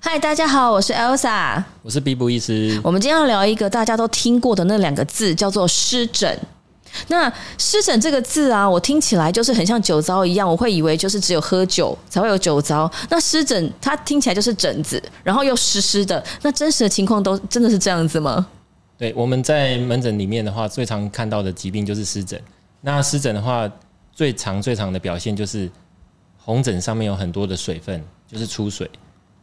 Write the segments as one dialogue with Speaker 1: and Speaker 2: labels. Speaker 1: 嗨，大家好，我是 Elsa。
Speaker 2: 我是比布医师，
Speaker 1: 我们今天要聊一个大家都听过的那两个字，叫做湿疹。那湿疹这个字啊，我听起来就是很像酒糟一样，我会以为就是只有喝酒才会有酒糟。那湿疹它听起来就是疹子，然后又湿湿的。那真实的情况都真的是这样子吗？
Speaker 2: 对，我们在门诊里面的话，最常看到的疾病就是湿疹。那湿疹的话，最常最常的表现就是红疹上面有很多的水分，就是出水，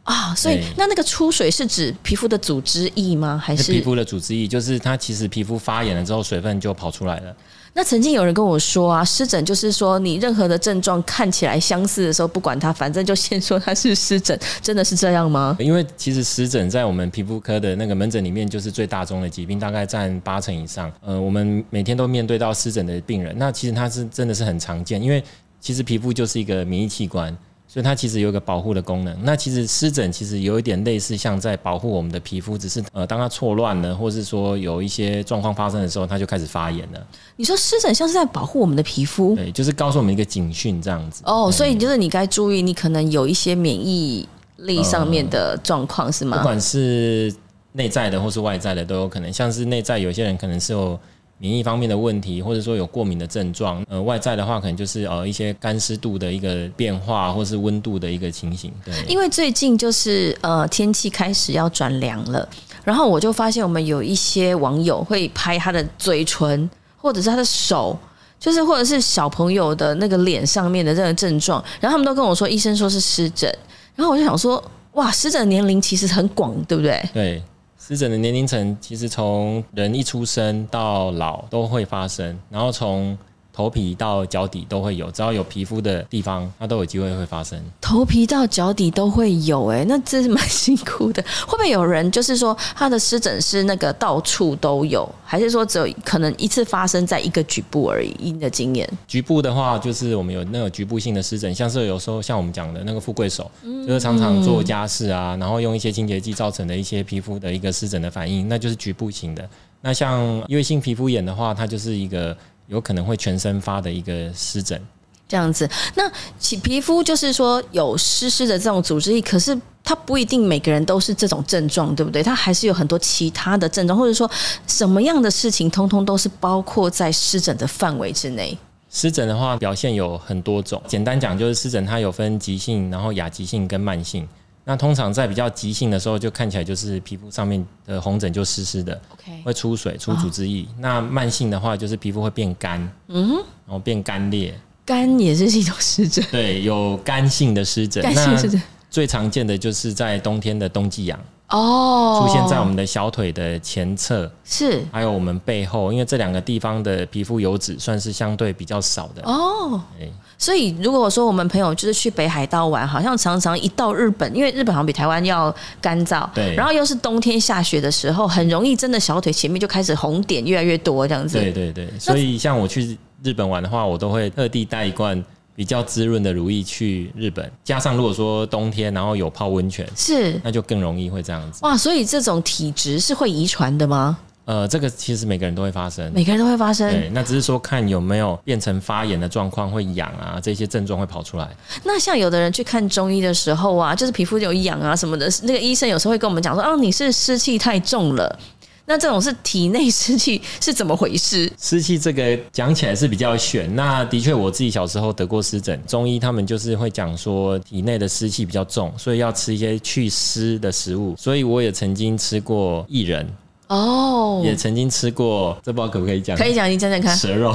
Speaker 1: 啊，所以
Speaker 2: 对
Speaker 1: 那那个出水是指皮肤的组织液吗？还
Speaker 2: 那
Speaker 1: 是
Speaker 2: 皮肤的组织液，就是它其实皮肤发炎了之后，水分就跑出来了。
Speaker 1: 那曾经有人跟我说啊，湿疹就是说你任何的症状看起来相似的时候，不管它，反正就先说它是湿疹，真的是这样吗？
Speaker 2: 因为其实湿疹在我们皮肤科的那个门诊里面就是最大宗的疾病，大概占八成以上。呃，我们每天都面对到湿疹的病人，那其实它是真的是很常见，因为其实皮肤就是一个免疫器官，所以它其实有一个保护的功能。那其实湿疹其实有一点类似像在保护我们的皮肤，只是呃，当它错乱了，或是说有一些状况发生的时候，它就开始发炎了。
Speaker 1: 你说湿疹像是在保护我们的皮肤
Speaker 2: 对，嗯就是告诉我们一个警讯这样子。
Speaker 1: 哦，所以就是你该注意，你可能有一些免疫力上面的状况、是
Speaker 2: 不
Speaker 1: 吗？
Speaker 2: 管是内在的或是外在的都有可能。像是内在，有些人可能是有免疫方面的问题，或者说有过敏的症状。呃，外在的话，可能就是呃一些干湿度的一个变化，或是温度的一个情形。对，
Speaker 1: 因为最近就是呃天气开始要转凉了，然后我就发现我们有一些网友会拍他的嘴唇或者是他的手。就是或者是小朋友的那个脸上面的这个症状，然后他们都跟我说，医生说是湿疹，然后我就想说，哇，湿疹的年龄其实很广，对不对？
Speaker 2: 对，湿疹的年龄层其实从人一出生到老都会发生，然后从头皮到脚底都会有，只要有皮肤的地方，它都有机会会发生。
Speaker 1: 头皮到脚底都会有、欸，哎， 那真是蛮辛苦的。会不会有人就是说他的湿疹是那个到处都有，还是说只有可能一次发生在一个局部而已？以你的经验，
Speaker 2: 局部的话，就是我们有那个局部性的湿疹，像是有时候像我们讲的那个富贵手，就是常常做家事啊，然后用一些清洁剂造成的一些皮肤的一个湿疹的反应，那就是局部型的。那像异位性皮肤炎的话，它就是一个有可能会全身发的一个湿疹。
Speaker 1: 这样子，那其皮肤就是说有湿湿的这种组织液，可是它不一定每个人都是这种症状，对不对？它还是有很多其他的症状，或者说什么样的事情，通通都是包括在湿疹的范围之内。
Speaker 2: 湿疹的话，表现有很多种。简单讲，就是湿疹它有分急性、然后亚急性跟慢性。那通常在比较急性的时候，就看起来就是皮肤上面的红疹就湿湿的，
Speaker 1: OK，
Speaker 2: 会出水、
Speaker 1: 哦
Speaker 2: 出组织液。那慢性的话，就是皮肤会变干，嗯，然后变干裂。
Speaker 1: 肝也是一种湿疹，
Speaker 2: 对，有干性的湿疹。
Speaker 1: 肝性湿疹
Speaker 2: 那最常见的就是在冬天的冬季痒，
Speaker 1: 哦，
Speaker 2: 出现在我们的小腿的前侧，
Speaker 1: 是
Speaker 2: 还有我们背后，因为这两个地方的皮肤油脂算是相对比较少的。
Speaker 1: 哦
Speaker 2: 对。
Speaker 1: 所以如果说我们朋友就是去北海道玩，好像常常一到日本，因为日本好像比台湾要干燥，
Speaker 2: 对
Speaker 1: 然后又是冬天下雪的时候，很容易真的小腿前面就开始红点越来越多这样子。
Speaker 2: 对对对，所以像我去日本玩的话，我都会特地带一罐比较滋润的乳液去日本，加上如果说冬天然后有泡温泉，
Speaker 1: 是
Speaker 2: 那就更容易会这样子。
Speaker 1: 哇，所以这种体质是会遗传的吗？
Speaker 2: 呃，这个其实每个人都会发生。
Speaker 1: 每个人都会发生。
Speaker 2: 对，那只是说看有没有变成发炎的状况，会痒啊，这些症状会跑出来。
Speaker 1: 那像有的人去看中医的时候啊，就是皮肤有痒啊什么的，那个医生有时候会跟我们讲说，啊，你是湿气太重了。那这种是体内湿气是怎么回事？
Speaker 2: 湿气这个讲起来是比较悬，那的确我自己小时候得过湿疹，中医他们就是会讲说体内的湿气比较重，所以要吃一些去湿的食物。所以我也曾经吃过薏仁，
Speaker 1: 哦、
Speaker 2: 也曾经吃过，这不知道可不可以讲？
Speaker 1: 可以啊讲，你讲讲看。
Speaker 2: 蛇肉，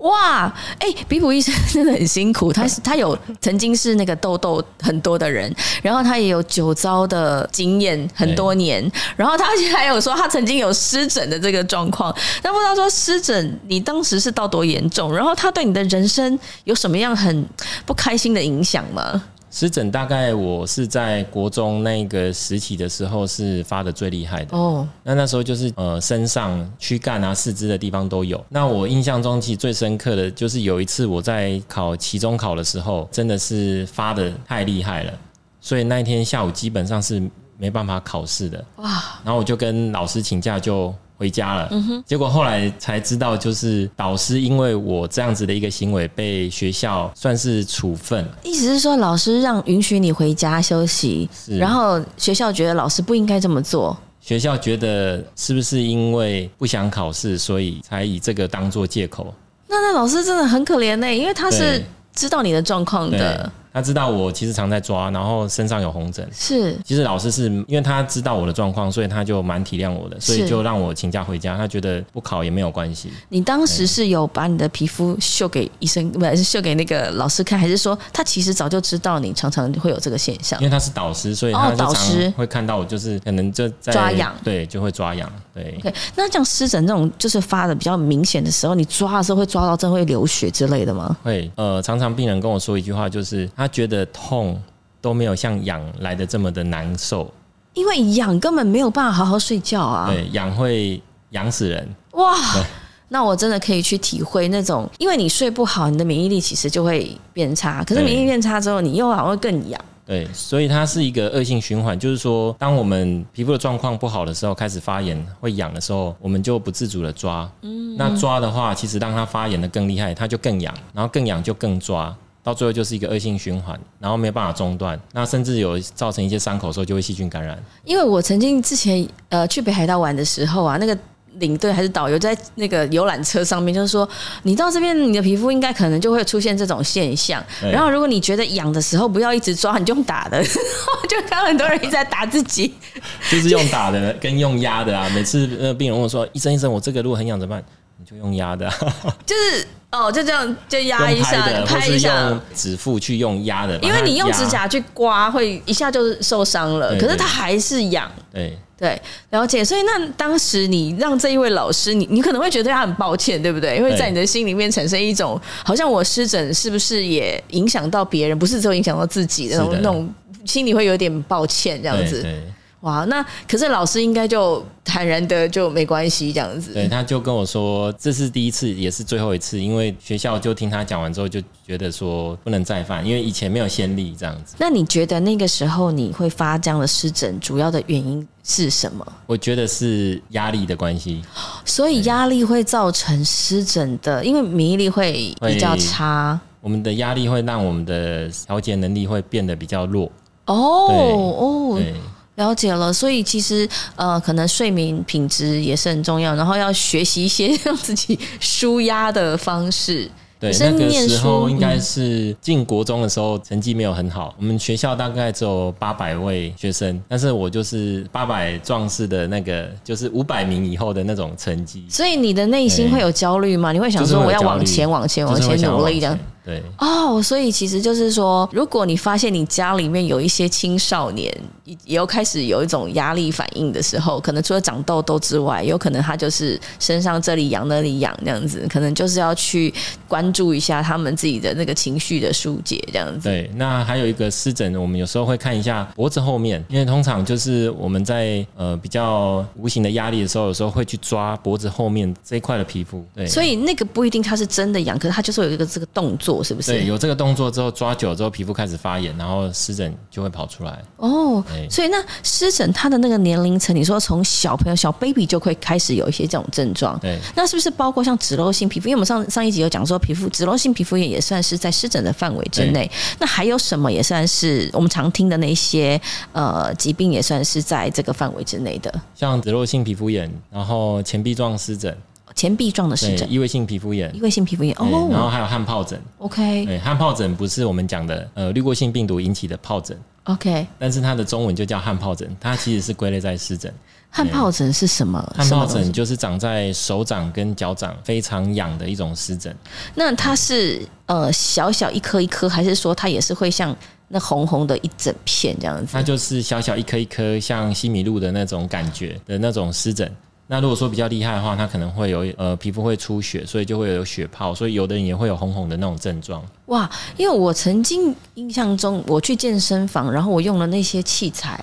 Speaker 1: 哇，哎、比普医生真的很辛苦， 他是他有曾经是那个痘痘很多的人，然后他也有酒糟的经验很多年，然后他还有说他曾经有湿疹的这个状况，但不知道说湿疹你当时是到多严重，然后他对你的人生有什么样很不开心的影响吗？
Speaker 2: 湿疹大概我是在国中那个时期的时候是发的最厉害的。
Speaker 1: 哦，
Speaker 2: 那那时候就是呃身上、躯干啊、四肢的地方都有。那我印象中其实最深刻的就是有一次我在考期中考的时候，真的是发的太厉害了，所以那一天下午基本上是没办法考试的。
Speaker 1: 哇，嗯
Speaker 2: 然后我就跟老师请假就回家了。结果后来才知道，就是导师因为我这样子的一个行为被学校算是处分，
Speaker 1: 意思是说，老师让允许你回家休息，
Speaker 2: 是
Speaker 1: 然后学校觉得老师不应该这么做。
Speaker 2: 学校觉得是不是因为不想考试，所以才以这个当做借口？
Speaker 1: 那那老师真的很可怜呢、因为他是
Speaker 2: 对
Speaker 1: 知道你的状况
Speaker 2: 对
Speaker 1: 的，，
Speaker 2: 他知道我其实常在抓，然后身上有红疹。
Speaker 1: 是
Speaker 2: 其实老师是因为他知道我的状况，所以他就蛮体谅我的，所
Speaker 1: 是哦
Speaker 2: 以就让我请假回家。他觉得不考也没有关系，
Speaker 1: 你当时是有把你的皮肤秀给医生，不是秀给那个老师看，还是说他其实早就知道你常常会有这个现象
Speaker 2: 因？为他是导师，所以
Speaker 1: 哦
Speaker 2: 他就
Speaker 1: 导师
Speaker 2: 常会看到我，就是可能就在
Speaker 1: 抓痒
Speaker 2: 对，就会抓痒，对。
Speaker 1: OK，那像湿疹这种就是发的比较明显的时候，你抓的时候会抓到真的会流血之类的吗？
Speaker 2: 会呃，常常病人跟我说一句话，就是他觉得痛都没有像痒来的这么的难受，
Speaker 1: 因为痒根本没有办法好好睡觉啊！
Speaker 2: 对，痒会痒死人，
Speaker 1: 哇
Speaker 2: 对，
Speaker 1: 那我真的可以去体会那种，因为你睡不好，你的免疫力其实就会变差，可是
Speaker 2: 对
Speaker 1: 免疫力变差之后，你又好像会更痒。
Speaker 2: 对，所以它是一个恶性循环，就是说，当我们皮肤的状况不好的时候，开始发炎会痒的时候，我们就不自主的抓。嗯，那抓的话，其实让它发炎的更厉害，它就更痒，然后更痒就更抓。到最后就是一个恶性循环，然后没有办法中断，那甚至有造成一些伤口的时候就会细菌感染。
Speaker 1: 因为我曾经之前呃去北海道玩的时候啊，那个领队还是导游在那个游览车上面，就是说你到这边，你的皮肤应该可能就会出现这种现象。
Speaker 2: 对
Speaker 1: 然后如果你觉得痒的时候，不要一直抓，你就用打的。我就看到很多人一直在打自己，
Speaker 2: 就是用打的跟用压的啊，每次那个病人问我说：“医生，医生，我这个如果很痒怎么办？”你就用 压的、啊，
Speaker 1: 就是哦，就这样就压一
Speaker 2: 用
Speaker 1: 下
Speaker 2: 拍的，，或
Speaker 1: 拍一
Speaker 2: 是
Speaker 1: 下
Speaker 2: 用。指腹去用压的，
Speaker 1: 因为你用
Speaker 2: 把它压
Speaker 1: 指，甲去刮，会一下就受伤了，
Speaker 2: 对
Speaker 1: 可是
Speaker 2: 对
Speaker 1: 它还是痒。
Speaker 2: 对，
Speaker 1: 对，了解。所以那当时你让这一位老师，你你可能会觉得他很抱歉，对不对？因为
Speaker 2: 对
Speaker 1: 在你的心里面产生一种，好像我湿疹是不是也影响到别人，不是只有影响到自己的那种
Speaker 2: 是的
Speaker 1: 那种，心里会有点抱歉这样
Speaker 2: 对
Speaker 1: 子。
Speaker 2: 对
Speaker 1: 哇，那可是老师应该就坦然的就没关系这样子。
Speaker 2: 对，他就跟我说，这是第一次，也是最后一次，因为学校就听他讲完之后，就觉得说不能再犯，因为以前没有先例这样子。
Speaker 1: 那你觉得那个时候你会发这样的湿疹，主要的原因是什么？
Speaker 2: 我觉得是压力的关系，
Speaker 1: 所以压力会造成湿疹的，因为免疫力会比较
Speaker 2: 会
Speaker 1: 差。
Speaker 2: 我们的压力会让我们的调节能力会变得比较弱。
Speaker 1: 哦
Speaker 2: 对
Speaker 1: 哦，
Speaker 2: 对
Speaker 1: 了解了，所以其实呃，可能睡眠品质也是很重要，然后要学习一些让自己舒压的方式。
Speaker 2: 对
Speaker 1: 你，是
Speaker 2: 那个
Speaker 1: 念
Speaker 2: 时
Speaker 1: 书
Speaker 2: 候应该
Speaker 1: 嗯
Speaker 2: 是进国中的时候，成绩没有很好。我们学校大概只有八百位学生，但是我就是八百壮士的那个，就是五百名以后的那种成绩。
Speaker 1: 所以你的内心
Speaker 2: 对
Speaker 1: 会有焦虑吗？你会想
Speaker 2: 哎就是
Speaker 1: 说
Speaker 2: 会有
Speaker 1: 我要
Speaker 2: 焦
Speaker 1: 往
Speaker 2: 虑
Speaker 1: 前、往前、往
Speaker 2: 就是
Speaker 1: 前
Speaker 2: 会想要
Speaker 1: 努
Speaker 2: 往
Speaker 1: 力这样
Speaker 2: 前。对，
Speaker 1: 哦，所以其实就是说，如果你发现你家里面有一些青少年也也有开始有一种压力反应的时候，可能除了长痘痘之外，有可能他就是身上这里痒那里痒这样子，可能就是要去关注一下他们自己的那个情绪的疏解这样子。
Speaker 2: 对，那还有一个湿疹，我们有时候会看一下脖子后面，因为通常就是我们在呃比较无形的压力的时候，有时候会去抓脖子后面这一块的皮肤。对，
Speaker 1: 所以那个不一定它是真的痒，可是它就是有一个这个动作，是不
Speaker 2: 对
Speaker 1: 是？
Speaker 2: 有这个动作之后，抓久了之后，皮肤开始发炎，然后湿疹就会跑出来。
Speaker 1: 哦
Speaker 2: 对，
Speaker 1: 所以那湿疹它的那个年龄层，你说从小朋友小 baby 就会开始有一些这种症状，
Speaker 2: 对，
Speaker 1: 那是不是包括像脂漏性皮肤？因为我们上上一集有讲说，皮肤脂漏性皮肤炎也算是在湿疹的范围之内。那还有什么也算是我们常听的那些呃疾病，也算是在这个范围之内的
Speaker 2: 像脂漏性皮肤炎，然后前臂状湿疹，
Speaker 1: 前臂状的湿
Speaker 2: 对，
Speaker 1: 疹、
Speaker 2: 异位性皮肤炎
Speaker 1: 异，位性皮肤炎。
Speaker 2: 对然后
Speaker 1: 哦
Speaker 2: 还有汗疱疹。
Speaker 1: ，OK
Speaker 2: 对，汗疱疹不是我们讲的呃滤过性病毒引起的疱疹，
Speaker 1: OK，
Speaker 2: 但是它的中文就叫汗疱疹，它其实是归类在湿疹。
Speaker 1: 汗疱疹是什么？
Speaker 2: 汗
Speaker 1: 什么
Speaker 2: 疱
Speaker 1: 东西
Speaker 2: 疹就是长在手掌跟脚掌非常痒的一种湿疹，
Speaker 1: 那它是呃小小一颗一颗，还是说它也是会像那红红的一整片这样子
Speaker 2: 它？就是小小一颗一颗像西米露的那种感觉的那种湿疹。那如果说比较厉害的话，它可能会有呃皮肤会出血，所以就会有血泡，所以有的人也会有红红的那种症状。
Speaker 1: 哇，因为我曾经印象中，我去健身房，然后我用了那些器材，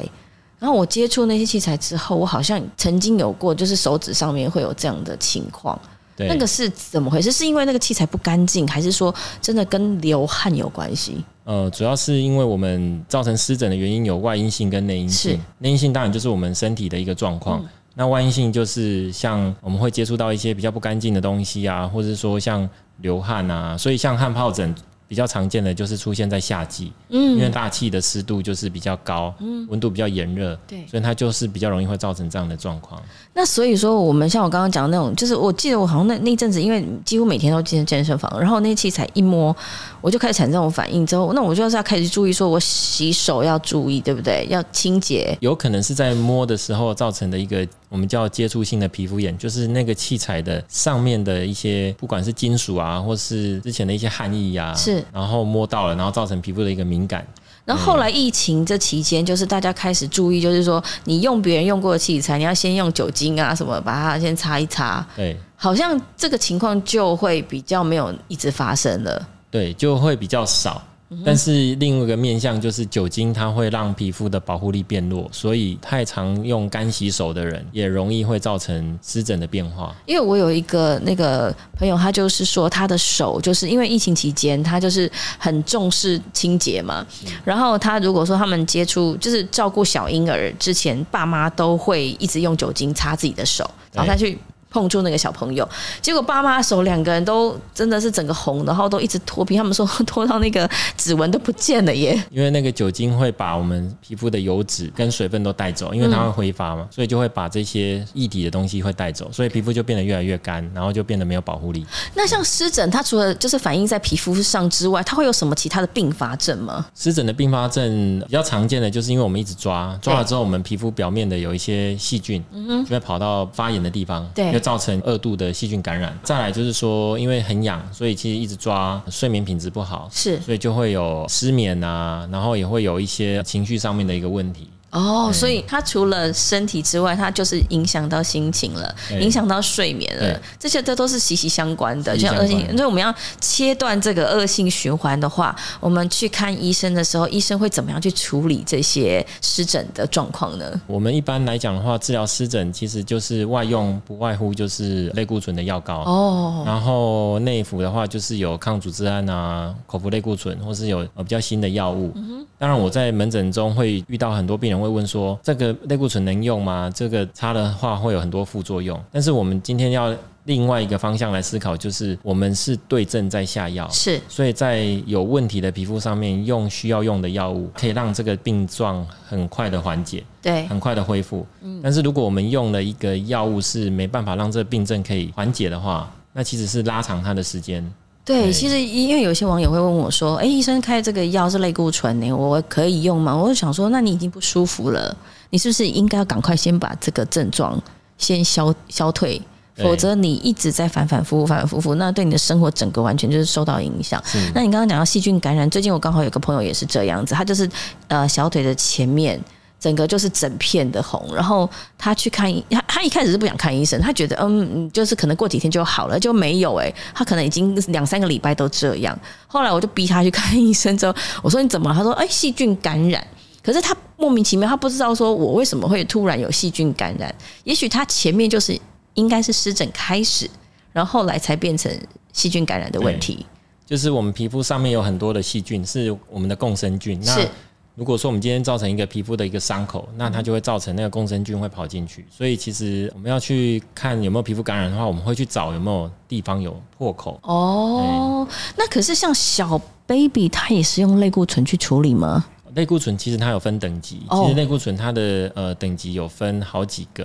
Speaker 1: 然后我接触那些器材之后，我好像曾经有过，就是手指上面会有这样的情况。
Speaker 2: 对，
Speaker 1: 那个是怎么回事？是因为那个器材不干净，还是说真的跟流汗有关系？
Speaker 2: 呃，主要是因为我们造成湿疹的原因有外因性跟内因
Speaker 1: 是
Speaker 2: 性，内因性当然就是我们身体的一个状况。那外阴性就是像我们会接触到一些比较不干净的东西啊，或者说像流汗啊，所以像汗疱疹比较常见的就是出现在夏季，嗯，因为大气的湿度就是比较高，嗯，温度比较炎热，
Speaker 1: 对
Speaker 2: 所以它就是比较容易会造成这样的状况。
Speaker 1: 那所以说，我们像我刚刚讲的那种，就是我记得我好像那那阵子，因为几乎每天都进健身房，然后那器材一摸，我就开始产生这种反应，之后那我就是要开始注意，说我洗手要注意，对不对？要清洁。
Speaker 2: 有可能是在摸的时候造成的一个我们叫接触性的皮肤炎，就是那个器材的上面的一些，不管是金属啊，或是之前的一些汗液啊，
Speaker 1: 是，
Speaker 2: 然后摸到了，然后造成皮肤的一个敏感。
Speaker 1: 然后后来疫情这期间，就是大家开始注意，就是说你用别人用过的器材，你要先用酒精啊什么，把它先擦一擦，
Speaker 2: 对
Speaker 1: 好像这个情况就会比较没有一直发生了。
Speaker 2: 对，就会比较少。但是另一个面向就是酒精，它会让皮肤的保护力变弱，所以太常用干洗手的人也容易会造成湿疹的变化。
Speaker 1: 因为我有一个那个朋友，他就是说他的手，就是因为疫情期间，他就是很重视清洁嘛。然后他如果说他们接触，就是照顾小婴儿之前，爸妈都会一直用酒精擦自己的手，
Speaker 2: 对
Speaker 1: 然后再去。碰触那个小朋友，结果爸妈手两个人都真的是整个红，然后都一直脱皮。他们说 脱到那个指纹都不见了耶。
Speaker 2: 因为那个酒精会把我们皮肤的油脂跟水分都带走，因为它会挥发嘛，所以就会把这些液体的东西会带走，所以皮肤就变得越来越干，然后就变得没有保护力。
Speaker 1: 那像湿疹，它除了就是反映在皮肤上之外，它会有什么其他的并发症吗？
Speaker 2: 湿疹的并发症比较常见的就是因为我们一直抓，抓了之后我们皮肤表面的有一些细菌，就会跑到发炎的地方，
Speaker 1: 对
Speaker 2: 就造成二度的细菌感染。再来就是说，因为很痒，所以其实一直抓，睡眠品质不好，
Speaker 1: 是
Speaker 2: 所以就会有失眠啊，然后也会有一些情绪上面的一个问题。
Speaker 1: 哦，所以它除了身体之外，它就是影响到心情了，
Speaker 2: 对
Speaker 1: 影响到睡眠了
Speaker 2: 对，
Speaker 1: 这些这都是息息相关的。
Speaker 2: 息息
Speaker 1: 就像恶性
Speaker 2: 相，关
Speaker 1: 所以我们要切断这个恶性循环的话，我们去看医生的时候，医生会怎么样去处理这些湿疹的状况呢？
Speaker 2: 我们一般来讲的话，治疗湿疹其实就是外用，不外乎就是类固醇的药膏。
Speaker 1: 哦，
Speaker 2: 然后内服的话，就是有抗组织胺啊、口服类固醇，或是有呃比较新的药物。当然，我在门诊中会遇到很多病人会问说，这个类固醇能用吗？这个擦的话会有很多副作用。但是我们今天要另外一个方向来思考，就是我们是对症在下药。
Speaker 1: 是
Speaker 2: 所以在有问题的皮肤上面用需要用的药物，可以让这个病状很快的缓解。
Speaker 1: 对，
Speaker 2: 很快的恢复。
Speaker 1: 嗯
Speaker 2: 但是如果我们用了一个药物是没办法让这个病症可以缓解的话，那其实是拉长它的时间。
Speaker 1: 对，
Speaker 2: 对
Speaker 1: 其实因为有些网友会问我说：“哎，医生开这个药是类固醇呢，我可以用吗？”我就想说，那你已经不舒服了，你是不是应该要赶快先把这个症状先消消退？
Speaker 2: 对
Speaker 1: 否则你一直在反反复复、反反复复，那对你的生活整个完全就是受到影响。那你刚刚讲到细菌感染，最近我刚好有个朋友也是这样子，他就是呃小腿的前面整个就是整片的红，然后他去看医，他他一开始是不想看医生，他觉得嗯，嗯就是可能过几天就好了，就没有诶、他可能已经两三个礼拜都这样。后来我就逼他去看医生，之后我说你怎么了？他说哎，细菌感染。可是他莫名其妙，他不知道说我为什么会突然有细菌感染，也许他前面就是应该是湿疹开始，然后后来才变成细菌感染的问题。
Speaker 2: 就是我们皮肤上面有很多的细菌，是我们的共生菌。那
Speaker 1: 是
Speaker 2: 如果说我们今天造成一个皮肤的一个伤口，那它就会造成那个共生菌会跑进去。所以其实我们要去看有没有皮肤感染的话，我们会去找有没有地方有破口。
Speaker 1: 哦，那可是像小 baby，他也是用类固醇去处理吗？
Speaker 2: 类固醇其实它有分等级，
Speaker 1: 哦
Speaker 2: 其实类固醇它的呃等级有分好几个。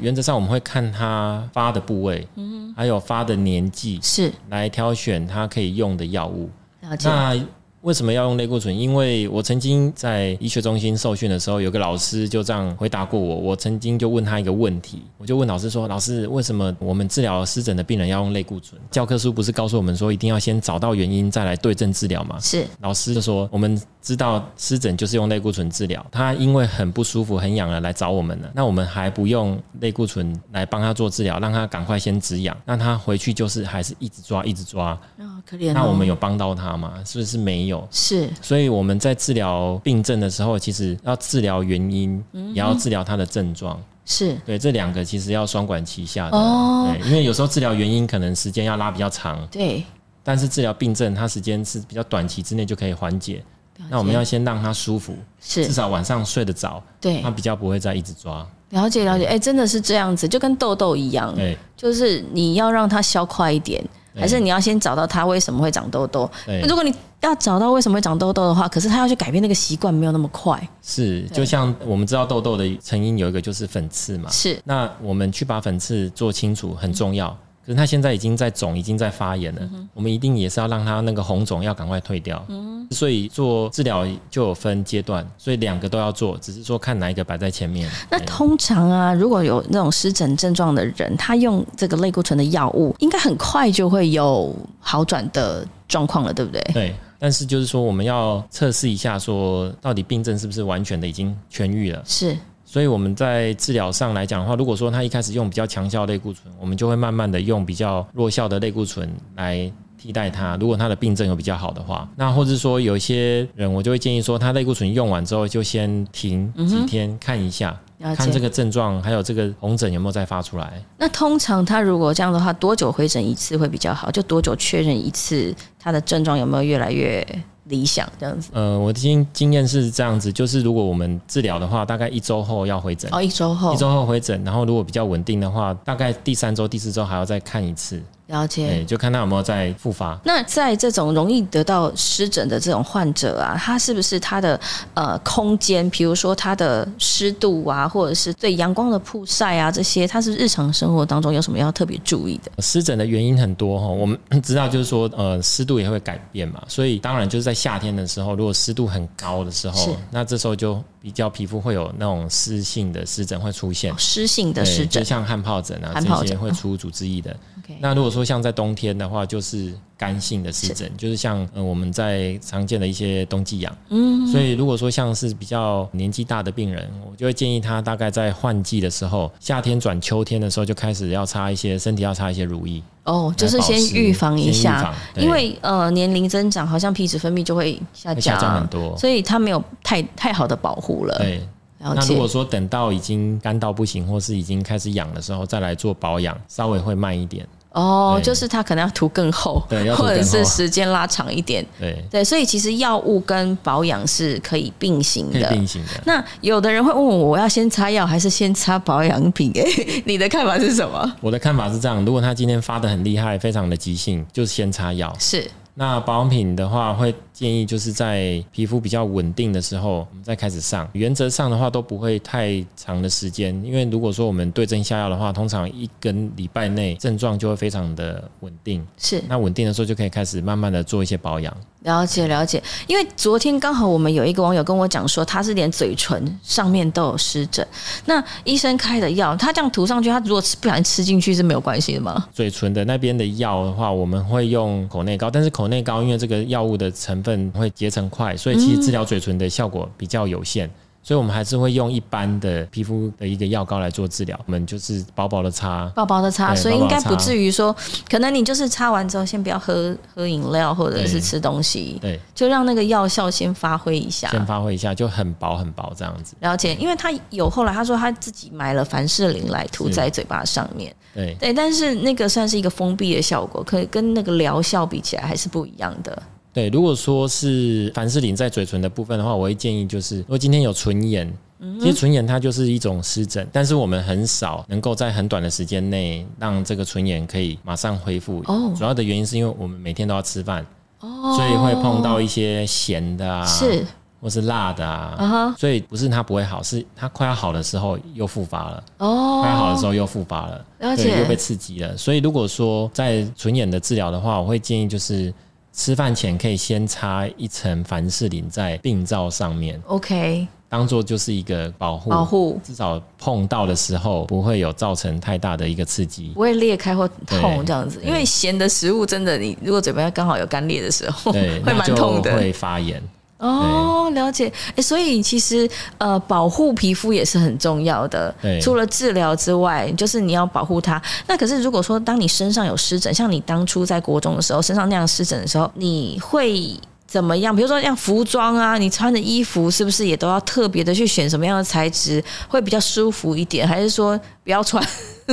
Speaker 2: 原则上我们会看它发的部位，还有发的年纪，
Speaker 1: 是，
Speaker 2: 来挑选它可以用的药物。
Speaker 1: 了解。
Speaker 2: 那为什么要用类固醇？因为我曾经在医学中心受训的时候，有个老师就这样回答过我。我曾经就问他一个问题，我就问老师说：“老师，为什么我们治疗湿疹的病人要用类固醇？教科书不是告诉我们说一定要先找到原因再来对症治疗吗？”
Speaker 1: 是
Speaker 2: 老师就说：“我们知道湿疹就是用类固醇治疗，他因为很不舒服、很痒了来找我们了，那我们还不用类固醇来帮他做治疗，让他赶快先止痒，让他回去就是还是一直抓、一直抓。
Speaker 1: 哦，可怜、哦。
Speaker 2: 那我们有帮到他吗？是不是没有？
Speaker 1: 是
Speaker 2: 所以我们在治疗病症的时候，其实要治疗原因，也要治疗他的症状。
Speaker 1: 是
Speaker 2: 对，这两个其实要双管齐下的。
Speaker 1: 哦
Speaker 2: 对，因为有时候治疗原因可能时间要拉比较长，
Speaker 1: 对
Speaker 2: 但是治疗病症它时间是比较短期之内就可以缓解。那我们要先让他舒服，
Speaker 1: 是
Speaker 2: 至少晚上睡得着，
Speaker 1: 对
Speaker 2: 他比较不会再一直抓。
Speaker 1: 了解了解，哎、真的是这样子，就跟痘痘一样，
Speaker 2: 对
Speaker 1: 就是你要让它消快一点，
Speaker 2: 对
Speaker 1: 还是你要先找到它为什么会长痘痘？
Speaker 2: 对
Speaker 1: 那，如果你要找到为什么会长痘痘的话，可是他要去改变那个习惯，没有那么快，
Speaker 2: 是就像我们知道痘痘的成因有一个就是粉刺嘛，
Speaker 1: 是
Speaker 2: 那我们去把粉刺做清楚很重要。
Speaker 1: 嗯
Speaker 2: 可是它现在已经在肿，已经在发炎了，我们一定也是要让它那个红肿要赶快退掉。
Speaker 1: 嗯
Speaker 2: 所以做治疗就有分阶段，所以两个都要做，只是说看哪一个摆在前面。
Speaker 1: 那
Speaker 2: 对
Speaker 1: 通常啊，如果有那种湿疹症状的人，他用这个类固醇的药物，应该很快就会有好转的状况了，对不对？
Speaker 2: 对，但是就是说我们要测试一下，说到底病症是不是完全的已经痊愈了。
Speaker 1: 是
Speaker 2: 所以我们在治疗上来讲的话，如果说他一开始用比较强效类固醇，我们就会慢慢的用比较弱效的类固醇来。替代它，如果他的病症有比较好的话，那或是说有一些人，我就会建议说，他类固醇用完之后就先停几天，看一下，
Speaker 1: 嗯了
Speaker 2: 看这
Speaker 1: 解。
Speaker 2: 个症状还有这个红疹有没有再发出来。
Speaker 1: 那通常他如果这样的话，多久回诊一次会比较好？就多久确认一次他的症状有没有越来越理想？这样子
Speaker 2: 呃，我的经经验是这样子，就是如果我们治疗的话，大概一周后要回诊，
Speaker 1: 哦，一周后
Speaker 2: 一周后回诊，然后如果比较稳定的话，大概第三周、第四周还要再看一次，
Speaker 1: 了
Speaker 2: 哎、
Speaker 1: 解。
Speaker 2: 就看他有没有再复发。
Speaker 1: 那在这种容易得到湿疹的这种患者啊，他是不是他的呃空间，比如说他的湿度啊，或者是对阳光的曝晒啊这些，他是日常生活当中有什么要特别注意的？
Speaker 2: 呃湿疹的原因很多哈，我们知道就是说，呃，湿度也会改变嘛，所以当然就是在夏天的时候，如果湿度很高的时
Speaker 1: 是
Speaker 2: 候，那这时候就比较皮肤会有那种湿性的湿疹会出现，
Speaker 1: 湿性哦的湿
Speaker 2: 对就
Speaker 1: 疹
Speaker 2: 像汗疱疹啊
Speaker 1: 汗疱
Speaker 2: 这些
Speaker 1: 疹嗯
Speaker 2: 会出组织液的。
Speaker 1: ，OK，
Speaker 2: 那如果说像在冬天的话，就是干性的湿疹，就是像呃我们在常见的一些冬季痒。嗯，所以如果说像是比较年纪大的病人，我就会建议他大概在换季的时候，夏天转秋天的时候就开始要擦一些身体要擦一些乳液，
Speaker 1: 哦，就是
Speaker 2: 来保
Speaker 1: 先
Speaker 2: 湿
Speaker 1: 预防一
Speaker 2: 先预
Speaker 1: 下
Speaker 2: 防，对
Speaker 1: 因为呃年龄增长，好像皮脂分泌就会下
Speaker 2: 会下
Speaker 1: 降，
Speaker 2: 降很多。
Speaker 1: 所以他没有太太好的保护了。
Speaker 2: 对，
Speaker 1: 了
Speaker 2: 那如
Speaker 1: 解
Speaker 2: 果，说等到已经干到不行，或是已经开始痒的时候，再来做保养，稍微会慢一点。
Speaker 1: 哦，
Speaker 2: 对
Speaker 1: 就是他可能要涂更厚，
Speaker 2: 对要涂
Speaker 1: 或者
Speaker 2: 更
Speaker 1: 是
Speaker 2: 厚
Speaker 1: 时间拉长一点。
Speaker 2: 对，
Speaker 1: 对，所以其实药物跟保养是可以并行
Speaker 2: 可以
Speaker 1: 的。
Speaker 2: 并行的。
Speaker 1: 那有的人会问我，我要先擦药还是先擦保养品？哎、 你的看法是什么？
Speaker 2: 我的看法是这样：如果他今天发的很厉害，非常的急性，就是先擦药。
Speaker 1: 是
Speaker 2: 那保养品的话，会建议就是在皮肤比较稳定的时候，我们再开始上。原则上的话，都不会太长的时间，因为如果说我们对症下药的话，通常一个礼拜内症状就会非常的稳定。
Speaker 1: 是，
Speaker 2: 那稳定的时候，就可以开始慢慢的做一些保养。
Speaker 1: 了解了解。因为昨天刚好我们有一个网友跟我讲说，他是连嘴唇上面都有湿疹，那医生开的药，他这样涂上去，他如果吃不小心吃进去是没有关系的吗？
Speaker 2: 嘴唇的那边的药的话，我们会用口内膏，但是口内膏因为这个药物的成分会结成块，所以其实治疗嘴唇的效果比较有限。所以，我们还是会用一般的皮肤的一个药膏来做治疗。我们就是薄薄的擦，
Speaker 1: 薄薄的擦，
Speaker 2: 对
Speaker 1: 所以
Speaker 2: 薄
Speaker 1: 应
Speaker 2: 薄地
Speaker 1: 该不
Speaker 2: 擦
Speaker 1: 至于说，可能你就是擦完之后先不要喝喝饮料或者是
Speaker 2: 对
Speaker 1: 吃东西，
Speaker 2: 对，
Speaker 1: 就让那个药效先发挥一下。
Speaker 2: 先发挥一下，就很薄很薄这样子。
Speaker 1: 了解，因为他有后来他说他自己买了凡士林来涂
Speaker 2: 是
Speaker 1: 在嘴巴上面，
Speaker 2: 对，
Speaker 1: 对，但是那个算是一个封闭的效果，可跟那个疗效比起来还是不一样的。
Speaker 2: 对，如果说是凡士林在嘴唇的部分的话，我会建议就是，如果今天有唇炎，
Speaker 1: 嗯
Speaker 2: 其实唇炎它就是一种湿疹，但是我们很少能够在很短的时间内让这个唇炎可以马上恢复。
Speaker 1: 哦
Speaker 2: 主要的原因是因为我们每天都要吃饭，
Speaker 1: 哦
Speaker 2: 所以会碰到一些咸的啊，
Speaker 1: 是
Speaker 2: 或是辣的啊。
Speaker 1: 啊哈
Speaker 2: 所以不是它不会好，是它快要好的时候又复发了，快要好的时
Speaker 1: 哦，
Speaker 2: 候又复发了。
Speaker 1: 了
Speaker 2: 对，又
Speaker 1: 解
Speaker 2: 被刺激了。所以如果说在唇炎的治疗的话，我会建议就是吃饭前可以先擦一层凡士林在病灶上面，
Speaker 1: ，OK，
Speaker 2: 当做就是一个保护，
Speaker 1: 保护
Speaker 2: 至少碰到的时候不会有造成太大的一个刺激
Speaker 1: 不。会裂开或痛
Speaker 2: 对
Speaker 1: 这样子，
Speaker 2: 对
Speaker 1: 因为咸的食物真的，你如果嘴巴刚好有干裂的时候，
Speaker 2: 对，
Speaker 1: 会
Speaker 2: 那
Speaker 1: 蛮
Speaker 2: 就
Speaker 1: 痛的。
Speaker 2: 会发炎。
Speaker 1: 哦，了解。哎，所以其实呃，保护皮肤也是很重要的。
Speaker 2: 对
Speaker 1: 除了治疗之外，就是你要保护它。那可是如果说当你身上有湿疹，像你当初在国中的时候身上那样湿疹的时候，你会。怎么样？比如说像服装啊，你穿的衣服是不是也都要特别的去选什么样的材质会比较舒服一点？还是说不要穿，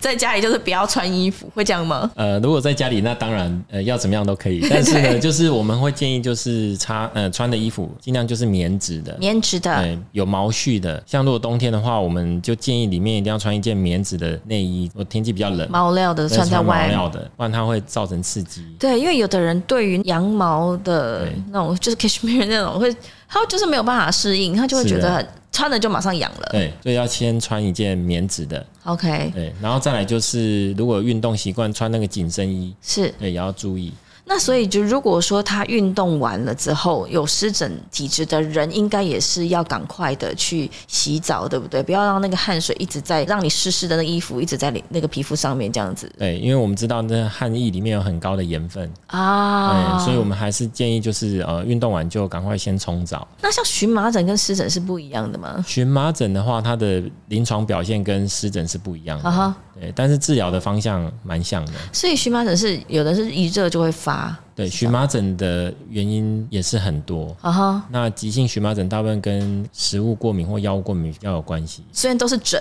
Speaker 1: 在家里就是不要穿衣服，会这样吗？
Speaker 2: 呃，如果在家里，那当然呃要怎么样都 可以，但是呢，
Speaker 1: 对
Speaker 2: 就是我们会建议就是擦呃穿的衣服尽量就是棉质的，
Speaker 1: 棉质的，
Speaker 2: 对，哎有毛絮的。像如果冬天的话，我们就建议里面一定要穿一件棉质的内衣，我天气比较冷，
Speaker 1: 毛料的嗯穿在
Speaker 2: 毛
Speaker 1: 外。
Speaker 2: 料的，不然它会造成刺激。
Speaker 1: 对，因为有的人对于羊毛的
Speaker 2: 对
Speaker 1: 那种，就是 cashmere 那种，会他就是没有办法适应，他就会
Speaker 2: 是
Speaker 1: 觉得
Speaker 2: 啊
Speaker 1: 很穿了就马上痒了。
Speaker 2: 对，所以要先穿一件棉质的，
Speaker 1: OK，
Speaker 2: 对，然后再来就是如果运动习惯穿那个紧身衣，
Speaker 1: 是。
Speaker 2: 对，也要注意。
Speaker 1: 那所以就如果说他运动完了之后有湿疹体质的人，应该也是要赶快的去洗澡，对不对？不要让那个汗水一直在让你湿湿的那个衣服一直在你那个皮肤上面这样子
Speaker 2: 对，因为我们知道那汗液里面有很高的盐分，
Speaker 1: 啊。
Speaker 2: 对，所以我们还是建议就是呃运动完就赶快先冲澡。
Speaker 1: 那像荨麻疹跟湿疹是不一样的吗？
Speaker 2: 荨麻疹的话，它的临床表现跟湿疹是不一样的
Speaker 1: 啊哈，
Speaker 2: 对，但是治疗的方向蛮像的。
Speaker 1: 所以荨麻疹是有的是一热就会发，
Speaker 2: 对，荨麻疹的原因也是很多。
Speaker 1: 啊哈。
Speaker 2: 那急性荨麻疹大部分跟食物过敏或药物过敏比较有 关系，
Speaker 1: 虽然都是疹，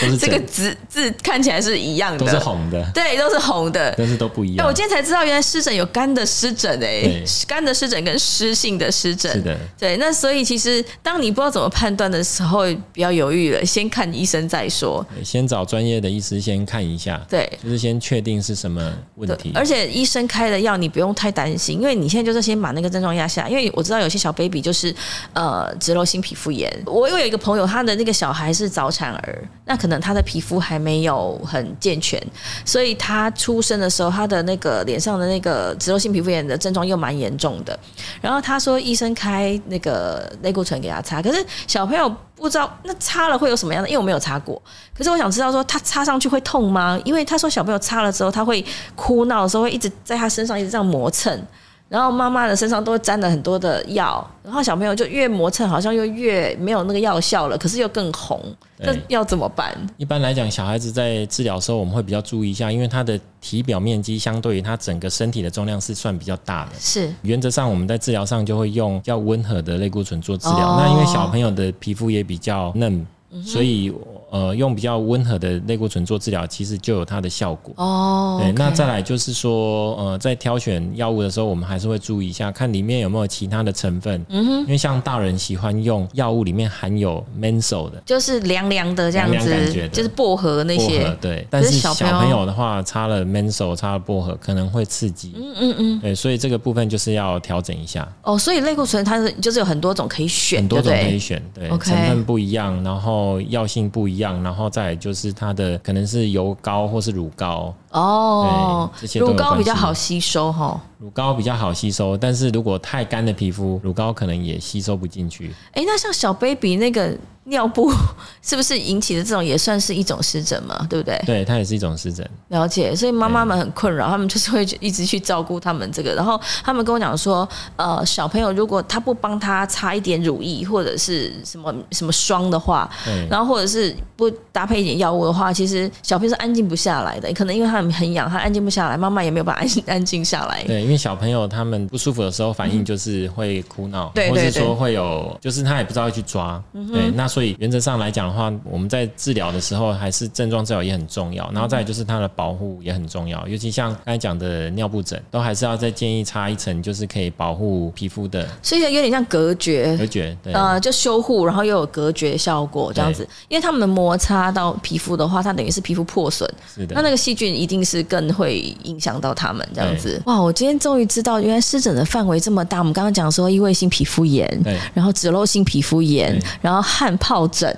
Speaker 2: 都是
Speaker 1: 这个
Speaker 2: 疹
Speaker 1: 字字看起来是一样的，
Speaker 2: 都是 红的，
Speaker 1: 对，都是红的。
Speaker 2: 但是都不一
Speaker 1: 哎、
Speaker 2: 样
Speaker 1: 我。今天才知道，原来湿疹有干的湿疹哎
Speaker 2: 对，
Speaker 1: 干的湿疹跟湿性的湿疹。
Speaker 2: 是的，
Speaker 1: 对，那所以其实当你不知道怎么判断的时候，不要犹豫了，先看医生再说。
Speaker 2: 对先找专业的医师先看一下，
Speaker 1: 对。
Speaker 2: 就是先确定是什么问题
Speaker 1: 对，。而且医生开的药你不用太担心，因为你现在就是先把那个症状压下来。因为我知道有些小 baby 就是呃脂漏性皮肤炎，我有一个朋友，他的那个小孩是早产儿，那可能他的皮肤还没有很健全，所以他出生的时候，他的那个脸上的那个脂漏性皮肤炎的症状又蛮严重的。然后他说医生开那个类固醇给他擦，可是小朋友不知道那擦了会有什么样的，因为我没有擦过。可是我想知道说他擦上去会痛吗？因为他说小朋友擦了之后，他会哭闹的时候会一直在他身上一直这样磨蹭。然后妈妈的身上都沾了很多的药，然后小朋友就越磨蹭，好像又越没有那个药效了，可是又更红，那
Speaker 2: 对
Speaker 1: 要怎么办？
Speaker 2: 一般来讲，小孩子在治疗的时候，我们会比较注意一下，因为他的体表面积相对于他整个身体的重量是算比较大的。
Speaker 1: 是
Speaker 2: 原则上，我们在治疗上就会用较温和的类固醇做治疗。
Speaker 1: 哦
Speaker 2: 那因为小朋友的皮肤也比较嫩，所以呃，用比较温和的类固醇做治疗，其实就有它的效果。
Speaker 1: 哦
Speaker 2: 对
Speaker 1: OK
Speaker 2: 那再来就是说，呃，在挑选药物的时候，我们还是会注意一下，看里面有没有其他的成分。嗯哼，因为像大人喜欢用药物里面含有 menso 的
Speaker 1: 就是凉凉的这样
Speaker 2: 凉
Speaker 1: 子，
Speaker 2: 凉感觉的
Speaker 1: 就是薄荷那
Speaker 2: 薄
Speaker 1: 些，
Speaker 2: 荷，对。但
Speaker 1: 是
Speaker 2: 是
Speaker 1: 小
Speaker 2: 小
Speaker 1: 朋友
Speaker 2: 朋友的话，擦了 menso，擦了薄荷，可能会刺激。嗯嗯嗯。对，所以这个部分就是要调整一下。
Speaker 1: 哦，所以类固醇它是就是有很多种可以选，
Speaker 2: 很多种
Speaker 1: 对不
Speaker 2: 可以
Speaker 1: 对？
Speaker 2: 选，对
Speaker 1: OK
Speaker 2: 成分不一样，然后药性不一样，然后再来就是它的可能是油膏或是乳膏，
Speaker 1: 哦
Speaker 2: 对这，些都有
Speaker 1: 乳膏比较
Speaker 2: 关系
Speaker 1: 好吸收哈、哦。
Speaker 2: 乳膏比较好吸收，但是如果太干的皮肤，乳膏可能也吸收不进去。
Speaker 1: 哎，那像小 baby 那个尿布 是不是引起的这种也算是一种湿疹嘛？对不对？
Speaker 2: 对，它也是一种湿疹。
Speaker 1: 了解，所以妈妈们很困扰，他们就是会一直去照顾他们这个。然后他们跟我讲说，呃，小朋友如果他不帮他擦一点乳液或者是什么什么霜的话，
Speaker 2: 对，
Speaker 1: 然后或者是不搭配一点药物的话，其实小朋友是安静不下来的。可能因为他很很痒，他安静不下来，妈妈也没有办法安 静安静下来。
Speaker 2: 对，因为小朋友他们不舒服的时候，反应就是会哭闹，
Speaker 1: 嗯对
Speaker 2: 或
Speaker 1: 对
Speaker 2: 是
Speaker 1: 对嗯
Speaker 2: 说会有，就是他也不知道去抓。对，那所以原则上来讲的话，我们在治疗的时候，还是症状治疗也很重要，
Speaker 1: 嗯
Speaker 2: 然后再来就是它的保护也很重要，尤其像刚才讲的尿布疹，都还是要再建议擦一层，就是可以保护皮肤的
Speaker 1: 所以有点像隔绝，
Speaker 2: 隔绝。对，
Speaker 1: 呃，就修护，然后又有隔绝效果这样子。因为他们摩擦到皮肤的话，它等于是皮肤破损，
Speaker 2: 是
Speaker 1: 那
Speaker 2: 的。
Speaker 1: 那个细菌一定是更会影响到他们这样子。哇，我今天终于知道，原来湿疹的范围这么大。我们刚刚讲说异位性皮肤炎，
Speaker 2: 对
Speaker 1: 然后脂漏性皮肤炎
Speaker 2: 对，
Speaker 1: 然后汗疱疹，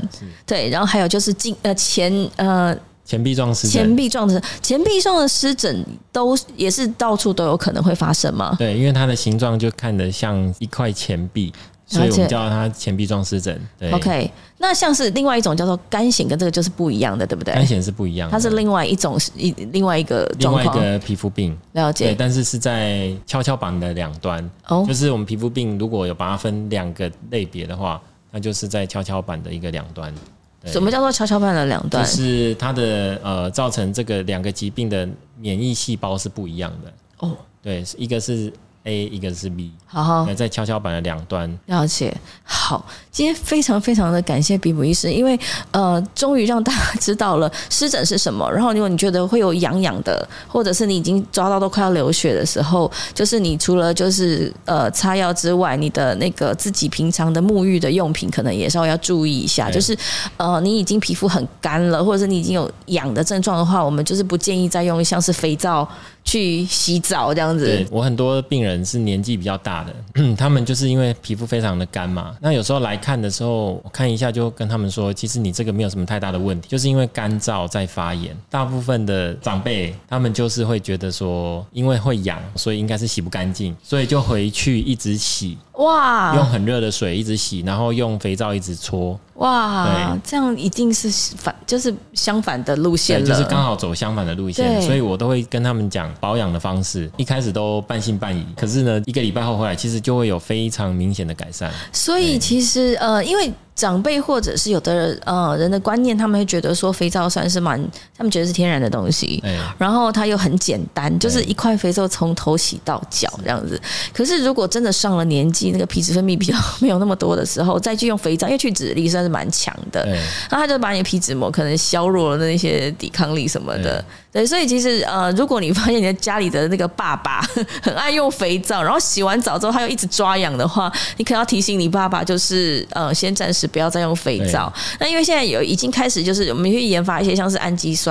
Speaker 1: 对，然后还有就是近呃前呃
Speaker 2: 前臂状湿
Speaker 1: 前
Speaker 2: 疹。
Speaker 1: 臂状的前臂状的湿疹都也是到处都有可能会发生吗？
Speaker 2: 对，因为它的形状就看得像一块钱币，所
Speaker 1: 了
Speaker 2: 以我
Speaker 1: 解
Speaker 2: 们叫它前臂状湿疹。对
Speaker 1: OK，那像是另外一种叫做干癣，跟这个就是不一样的，对不对
Speaker 2: 干？癣是不一样的，
Speaker 1: 它是另外一种一另外一哦个
Speaker 2: 另
Speaker 1: 状
Speaker 2: 外一
Speaker 1: 况，
Speaker 2: 个皮肤病。
Speaker 1: 了
Speaker 2: 对，
Speaker 1: 解
Speaker 2: 但是是在跷跷板的两端，
Speaker 1: 哦
Speaker 2: 就。是我们皮肤病如果有把它分两个类别的话，那就是在跷跷板的一个两端。对
Speaker 1: 什么叫做跷跷板的两
Speaker 2: 就
Speaker 1: 端？
Speaker 2: 是它的呃，造成这个两个疾病的免疫细胞是不一样的。
Speaker 1: 哦，
Speaker 2: 对，一个是 A，一个是 B，
Speaker 1: 好好
Speaker 2: 那在跷跷板的两端，
Speaker 1: 了解，好，今天非常非常的感谢比普医师，因为呃，终于让大家知道了湿疹是什么。然后，如果你觉得会有痒痒的，或者是你已经抓到都快要流血的时候，就是你除了就是呃擦药之外，你的那个自己平常的沐浴的用品，可能也稍微要注意一下。
Speaker 2: 对
Speaker 1: 就是呃，你已经皮肤很干了，或者是你已经有痒的症状的话，我们就是不建议再用像是肥皂去洗澡这样子
Speaker 2: 对。我很多病人是年纪比较大的， 他们就是因为皮肤非常的干嘛，那有时候来看的时候，我看一下就跟他们说，其实你这个没有什么太大的问题，就是因为干燥在发炎。大部分的长辈他们就是会觉得说，因为会痒，所以应该是洗不干净，所以就回去一直洗，
Speaker 1: 哇
Speaker 2: 用很热的水一直洗，然后用肥皂一直搓，
Speaker 1: 哇
Speaker 2: 对，
Speaker 1: 这样一定是反，就是相反的路线
Speaker 2: 对，
Speaker 1: 了。
Speaker 2: 就是刚好走相反的路线，
Speaker 1: 对
Speaker 2: 所以我都会跟他们讲保养的方式，一开始都半信半疑，可是呢，一个礼拜后回来，其实就会有非常明显的改善。
Speaker 1: 所以其实呃，因为长辈或者是有的人呃人的观念，他们会觉得说肥皂算是蛮，他们觉得是天然的东西。
Speaker 2: 对，
Speaker 1: 然后它又很简单，就是
Speaker 2: 对
Speaker 1: 一块肥皂从头洗到脚这样子。可是如果真的上了年纪，那个皮脂分泌比较没有那么多的时候，再去用肥皂，因为去脂力算是蛮强的，
Speaker 2: 对，
Speaker 1: 那它就把你的皮脂膜可能削弱了那些抵抗力什么的。对，所以其实呃，如果你发现你的家里的那个爸爸很爱用肥皂，然后洗完澡之后他又一直抓痒的话，你可能要提醒你爸爸，就是呃，先暂时不要再用肥皂。那因为现在有已经开始，就是我们去研发一些像是氨基酸。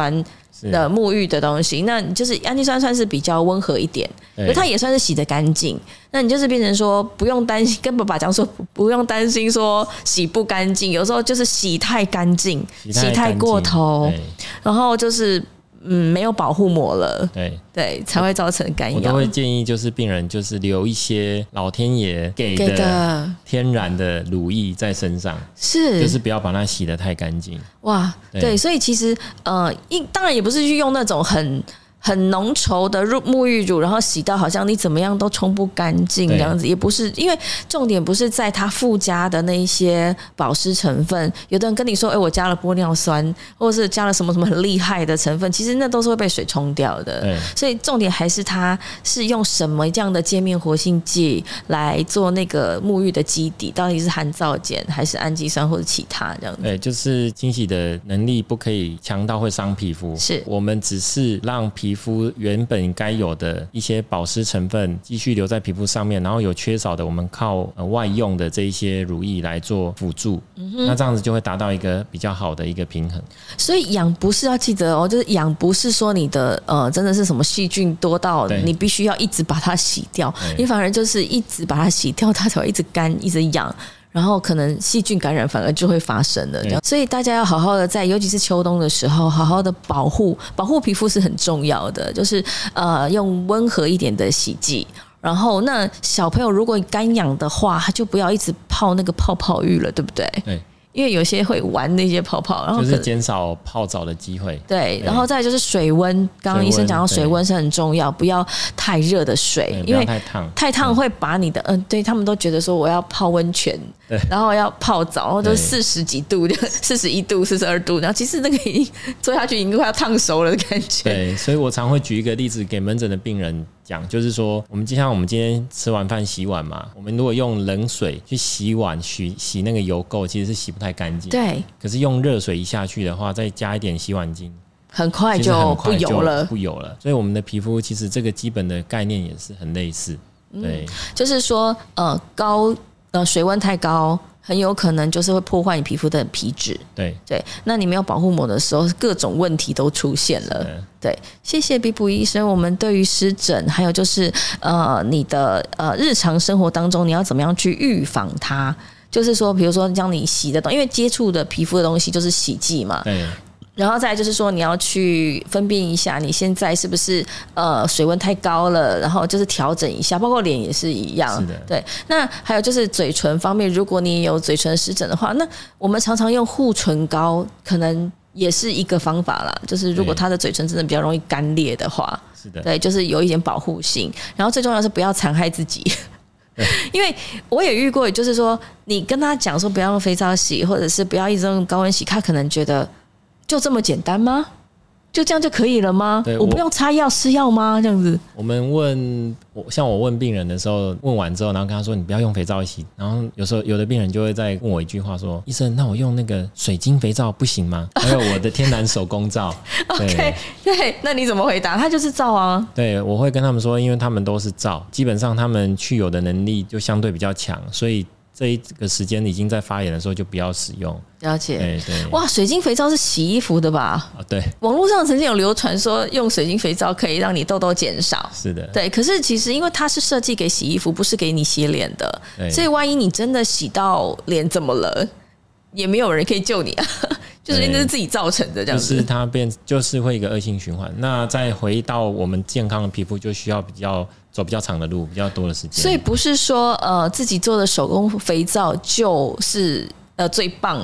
Speaker 2: 是
Speaker 1: 的沐浴的东西，那你就是氨基酸算是比较温和一点，
Speaker 2: 对
Speaker 1: 可它也算是洗得干净。那你就是变成说不用担心，跟爸爸讲说不不用担心说洗不干净，有时候就是洗太干净，洗
Speaker 2: 太
Speaker 1: 太
Speaker 2: 干
Speaker 1: 过
Speaker 2: 净
Speaker 1: 头，
Speaker 2: 对
Speaker 1: 然后就是嗯没有保护膜了，
Speaker 2: 对，
Speaker 1: 对，才会造成干
Speaker 2: 我都会
Speaker 1: 痒。
Speaker 2: 建议就是病人就是留一些老天爷给
Speaker 1: 给
Speaker 2: 的
Speaker 1: 的
Speaker 2: 天然的乳液在身上，
Speaker 1: 是
Speaker 2: 就是不要把它洗得太干净。
Speaker 1: 哇，
Speaker 2: 对
Speaker 1: 对，所以其实呃，一当然也不是去用那种很。很浓稠的入沐浴乳，然后洗到好像你怎么样都冲不干净这
Speaker 2: 对
Speaker 1: 样子，也不是因为重点不是在它附加的那一些保湿成分。有的人跟你说，哎、我加了玻尿酸，或者是加了什么什么很厉害的成分，其实那都是会被水冲掉的。
Speaker 2: 对，
Speaker 1: 所以重点还是它是用什么样的界面活性剂来做那个沐浴的基底，到底是含皂碱还是氨基酸或者其他这样子。
Speaker 2: 对，哎就是清洗的能力不可以强到会伤皮肤。
Speaker 1: 是
Speaker 2: 我们只是让皮肤原本该有的一些保湿成分继续留在皮肤上面，然后有缺少的，我们靠、呃、外用的这一些乳液来做辅助。
Speaker 1: 嗯
Speaker 2: 那这样子就会达到一个比较好的一个平衡。
Speaker 1: 所以养不是要记得哦，就是养不是说你的呃真的是什么细菌多到
Speaker 2: 对
Speaker 1: 你必须要一直把它洗掉，
Speaker 2: 对
Speaker 1: 你反而就是一直把它洗掉，它才会一直干一直痒。然后可能细菌感染反而就会发生了，这样，所以大家要好好的在，尤其是秋冬的时候，好好的保护保护皮肤是很重要的，就是呃用温和一点的洗剂，然后那小朋友如果干痒的话，他就不要一直泡那个泡泡浴了，对不对？
Speaker 2: 对，
Speaker 1: 因为有些会玩那些泡泡，然后哦可
Speaker 2: 就是
Speaker 1: 能
Speaker 2: 减少泡澡的机会。
Speaker 1: 对，
Speaker 2: 对
Speaker 1: 然后再来就是水温，刚刚医生讲到
Speaker 2: 水温
Speaker 1: 水温是很重要，不要太热的水
Speaker 2: 对，，不
Speaker 1: 因
Speaker 2: 要
Speaker 1: 为
Speaker 2: 太烫。
Speaker 1: 太烫会把你的嗯，对他们都觉得说我要泡温泉，然后要泡澡，然后就
Speaker 2: 对
Speaker 1: 四十几度，四十一度、四十二度，然后其实那个已经坐下去已经快要烫熟了的感觉。
Speaker 2: 对，所以我常会举一个例子给门诊的病人讲，就是说，我们就像我们今天吃完饭洗碗嘛，我们如果用冷水去洗碗，洗洗那个油垢，其实是洗不太干净。。
Speaker 1: 对，
Speaker 2: 可是用热水一下去的话，再加一点洗碗精，
Speaker 1: 很快
Speaker 2: 其实
Speaker 1: 就
Speaker 2: 很
Speaker 1: 不
Speaker 2: 快就
Speaker 1: 油了。
Speaker 2: 不油了。所以我们的皮肤其实这个基本的概念也是很类似。
Speaker 1: 嗯
Speaker 2: 对，
Speaker 1: 就是说，呃，高呃水温太高，很有可能就是会破坏你皮肤的皮脂。
Speaker 2: 对，
Speaker 1: 对，那你没有保护膜的时候，各种问题都出现了。
Speaker 2: 嗯，
Speaker 1: 对，谢谢比普医生。我们对于湿疹，还有就是呃，你的呃日常生活当中，你要怎么样去预防它？就是说，比如说，像你洗的东因为接触的皮肤的东西就是洗剂嘛，
Speaker 2: 对，
Speaker 1: 然后再来就是说，你要去分辨一下你现在是不是呃水温太高了，然后就是调整一下，包括脸也是一样。
Speaker 2: 是的
Speaker 1: 对。那还有就是嘴唇方面，如果你有嘴唇湿疹的话，那我们常常用护唇膏，可能也是一个方法啦。就是如果
Speaker 2: 对
Speaker 1: 他的嘴唇真的比较容易干裂的话，
Speaker 2: 是的，
Speaker 1: 对，就是有一点保护性。然后最重要的是不要残害自己。 因为我也遇过，就是说你跟他讲说不要用肥皂洗，或者是不要一直用高温洗，他可能觉得就这么简单吗？就这样就可以了吗
Speaker 2: 对？
Speaker 1: 我不
Speaker 2: 我
Speaker 1: 用擦药吃药吗？这样子，
Speaker 2: 我们问我像我问病人的时候，问完之后，然后跟他说你不要用肥皂一洗。然后有时候有的病人就会再问我一句话说：“医生，那我用那个水晶肥皂不行吗？ 还有我的天然手 工皂。对”
Speaker 1: OK，对，那你怎么回答？他就是照啊，
Speaker 2: 对，我会跟他们说，因为他们都是照，基本上他们去油的能力就相对比较强，所以这一个时间已经在发炎的时候就不要使用。
Speaker 1: 了解。
Speaker 2: 对对，
Speaker 1: 哇，水晶肥皂是洗衣服的吧？
Speaker 2: 啊对，
Speaker 1: 网络上曾经有流传说，用水晶肥皂可以让你痘痘减少。
Speaker 2: 是的，
Speaker 1: 对，可是其实因为它是设计给洗衣服，不是给你洗脸的，
Speaker 2: 对
Speaker 1: 所以万一你真的洗到脸怎么了，也没有人可以救你啊， 就是
Speaker 2: 对
Speaker 1: 那是自己造成的这样
Speaker 2: 就
Speaker 1: 子。
Speaker 2: 是它变，就是会一个恶性循环。那再回到我们健康的皮肤，就需要比较走比较长的路，比较多的时间。
Speaker 1: 所以不是说呃自己做的手工肥皂就是呃最棒，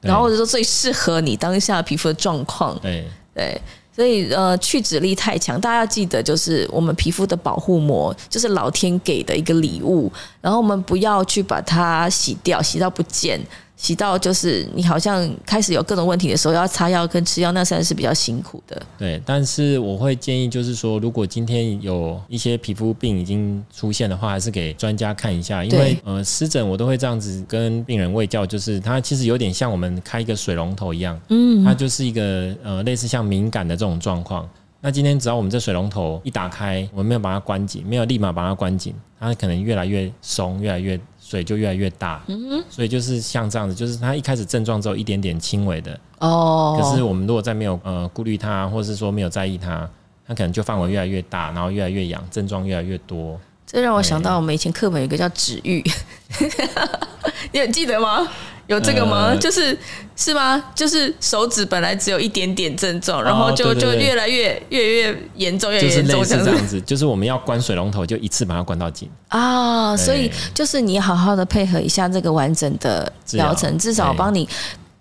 Speaker 2: 对
Speaker 1: 然后或者说最适合你当下皮肤的状况，
Speaker 2: 对
Speaker 1: 对。所以，呃，去脂力太强，大家要记得，就是我们皮肤的保护膜，就是老天给的一个礼物。然后我们不要去把它洗掉，洗到不见，洗到就是你好像开始有各种问题的时候，要擦药跟吃药，那算是比较辛苦的。
Speaker 2: 对，但是我会建议，就是说，如果今天有一些皮肤病已经出现的话，还是给专家看一下，因为呃，湿疹我都会这样子跟病人卫教，就是它其实有点像我们开一个水龙头一样，嗯，它就是一个呃类似像敏感的这种状况。那今天只要我们这水龙头一打开，我们没有把它关紧，没有立马把它关紧，它可能越来越松，越来越水就越来越大，嗯，所以就是像这样子，就是它一开始症状只有一点点轻微的，
Speaker 1: 哦，
Speaker 2: 可是我们如果再没有呃顾虑它，或是说没有在意它，它可能就范围越来越大，然后越来越痒，症状越来越多。
Speaker 1: 这让我想到我们以前课本有一个叫脂愈， 你有记得吗？有这个吗？
Speaker 2: 呃
Speaker 1: 就是是吗？就是手指本来只有一点点症状，然后就、
Speaker 2: 哦对对对
Speaker 1: 就越来越越来越严重，越来
Speaker 2: 就
Speaker 1: 越
Speaker 2: 是
Speaker 1: 严
Speaker 2: 类
Speaker 1: 重
Speaker 2: 似
Speaker 1: 样
Speaker 2: 这
Speaker 1: 子
Speaker 2: 样子，就是我们要关水龙头，就一次把它关到紧。
Speaker 1: 啊。所
Speaker 2: 哎
Speaker 1: 以就是你好好的配合一下这个完整的疗程，
Speaker 2: 治疗
Speaker 1: 至少
Speaker 2: 对
Speaker 1: 帮你。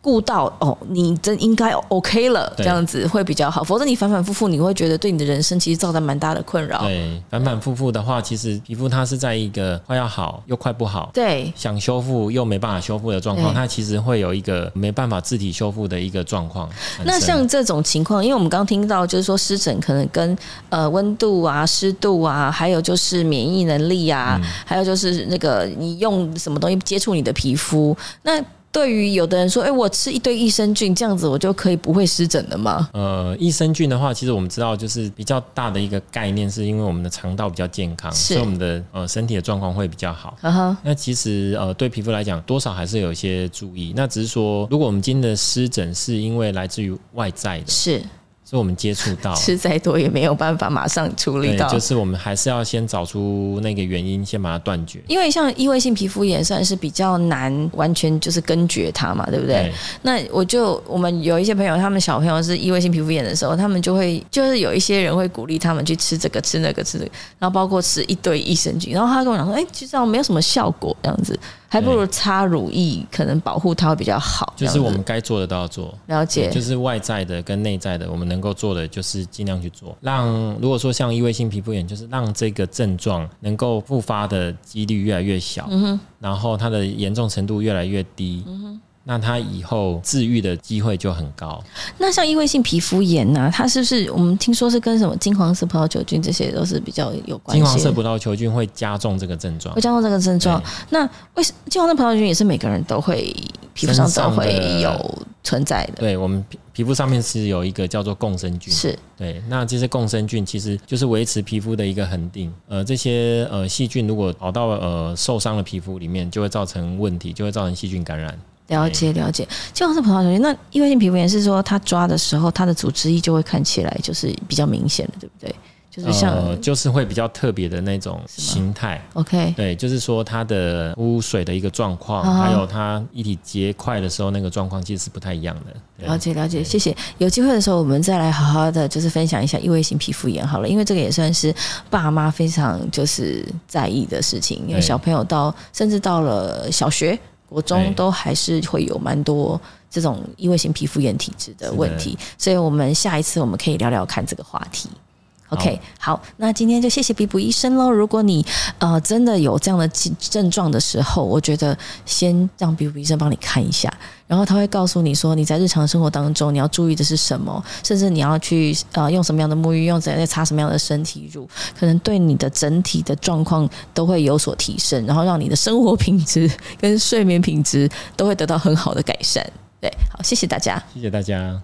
Speaker 1: 顾到哦，你真应该 OK 了，这
Speaker 2: 对
Speaker 1: 样子会比较好。否则你反反复复，你会觉得对你的人生其实造成蛮大的困扰。
Speaker 2: 对，反反复复的话，其实皮肤它是在一个快要好又快不好，
Speaker 1: 对
Speaker 2: 想修复又没办法修复的状况，
Speaker 1: 对
Speaker 2: 它其实会有一个没办法自体修复的一个状况产生。
Speaker 1: 那像这种情况，因为我们刚听到就是说湿疹可能跟呃温度啊、湿度啊，还有就是免疫能力啊，
Speaker 2: 嗯
Speaker 1: 还有就是那个你用什么东西接触你的皮肤，那。对于有的人说，哎、我吃一堆益生菌，这样子我就可以不会湿疹了吗？
Speaker 2: 呃，益生菌的话，其实我们知道，就是比较大的一个概念，是因为我们的肠道比较健康，
Speaker 1: 是
Speaker 2: 所以我们的呃身体的状况会比较好。
Speaker 1: 啊哈，
Speaker 2: 那其实呃，对皮肤来讲，多少还是有一些注意。那只是说，如果我们今天的湿疹是因为来自于外在的，
Speaker 1: 是
Speaker 2: 是我们接触到，
Speaker 1: 吃再多也没有办法马上处理
Speaker 2: 对，
Speaker 1: 到，
Speaker 2: 就是我们还是要先找出那个原因，先把它断绝。
Speaker 1: 因为像异位性皮肤炎算是比较难完全就是根绝它嘛，对不对？那我就我们有一些朋友，他们小朋友是异位性皮肤炎的时候，他们就会就是有一些人会鼓励他们去吃这个吃那个吃这个，然后包括吃一堆益生菌，然后他跟我讲说，哎、其实好像没有什么效果，这样子，还不如擦乳液，可能保护它会比较好。
Speaker 2: 就
Speaker 1: 这
Speaker 2: 是
Speaker 1: 样
Speaker 2: 我
Speaker 1: 子
Speaker 2: 们该做的都要做。
Speaker 1: 了解
Speaker 2: 就，是外在的跟内在的，我们能够做的就是尽量去做，让如果说像异位性皮肤炎，就是让这个症状能够复发的几率越来越小，然后它的严重程度越来越低，那它以后治愈的机会就很高。
Speaker 1: 那像异位性皮肤炎呐、它是不是我们听说是跟什么金黄色葡萄球菌这些都是比较有关系
Speaker 2: 金
Speaker 1: 的？
Speaker 2: 黄色葡萄球菌会加重这个症状
Speaker 1: 会，加重这个症状
Speaker 2: 对。
Speaker 1: 那为什金黄色葡萄菌也是每个人都会皮肤上
Speaker 2: 身
Speaker 1: 都
Speaker 2: 上的
Speaker 1: 会有存在的？
Speaker 2: 对我们皮皮肤上面是有一个叫做共生菌，
Speaker 1: 是
Speaker 2: 对，那这些共生菌其实就是维持皮肤的一个恒定。呃，这些呃细菌如果跑到呃受伤的皮肤里面，就会造成问题，就会造成细菌感染。
Speaker 1: 了解了解，金黄色葡萄球菌。那异位性皮肤炎是说，它抓的时候，它的组织液就会看起来就是比较明显的，对不对？就是像、
Speaker 2: 呃，就是会比较特别的那种形态。
Speaker 1: OK，
Speaker 2: 对，就是说它的污水的一个状况，
Speaker 1: 啊
Speaker 2: 还有它一体结块的时候那个状况，其实是不太一样的。对
Speaker 1: 了解了解，谢谢。有机会的时候，我们再来好好的就是分享一下异位性皮肤炎好了，因为这个也算是爸妈非常就是在意的事情，因为
Speaker 2: 对
Speaker 1: 小朋友到甚至到了小学、国中
Speaker 2: 对
Speaker 1: 都还是会有蛮多这种异位性皮肤炎体质的问题，所以我们下一次我们可以聊聊看这个话题。 OK，好，那今天就谢谢比补医生喽。如果你呃真的有这样的症症状的时候，我觉得先让比补医生帮你看一下，然后他会告诉你说你在日常生活当中你要注意的是什么，甚至你要去呃用什么样的沐浴，用怎样擦什么样的身体乳，可能对你的整体的状况都会有所提升，然后让你的生活品质跟睡眠品质都会得到很好的改善。对，好，谢谢大家。
Speaker 2: 谢谢大家。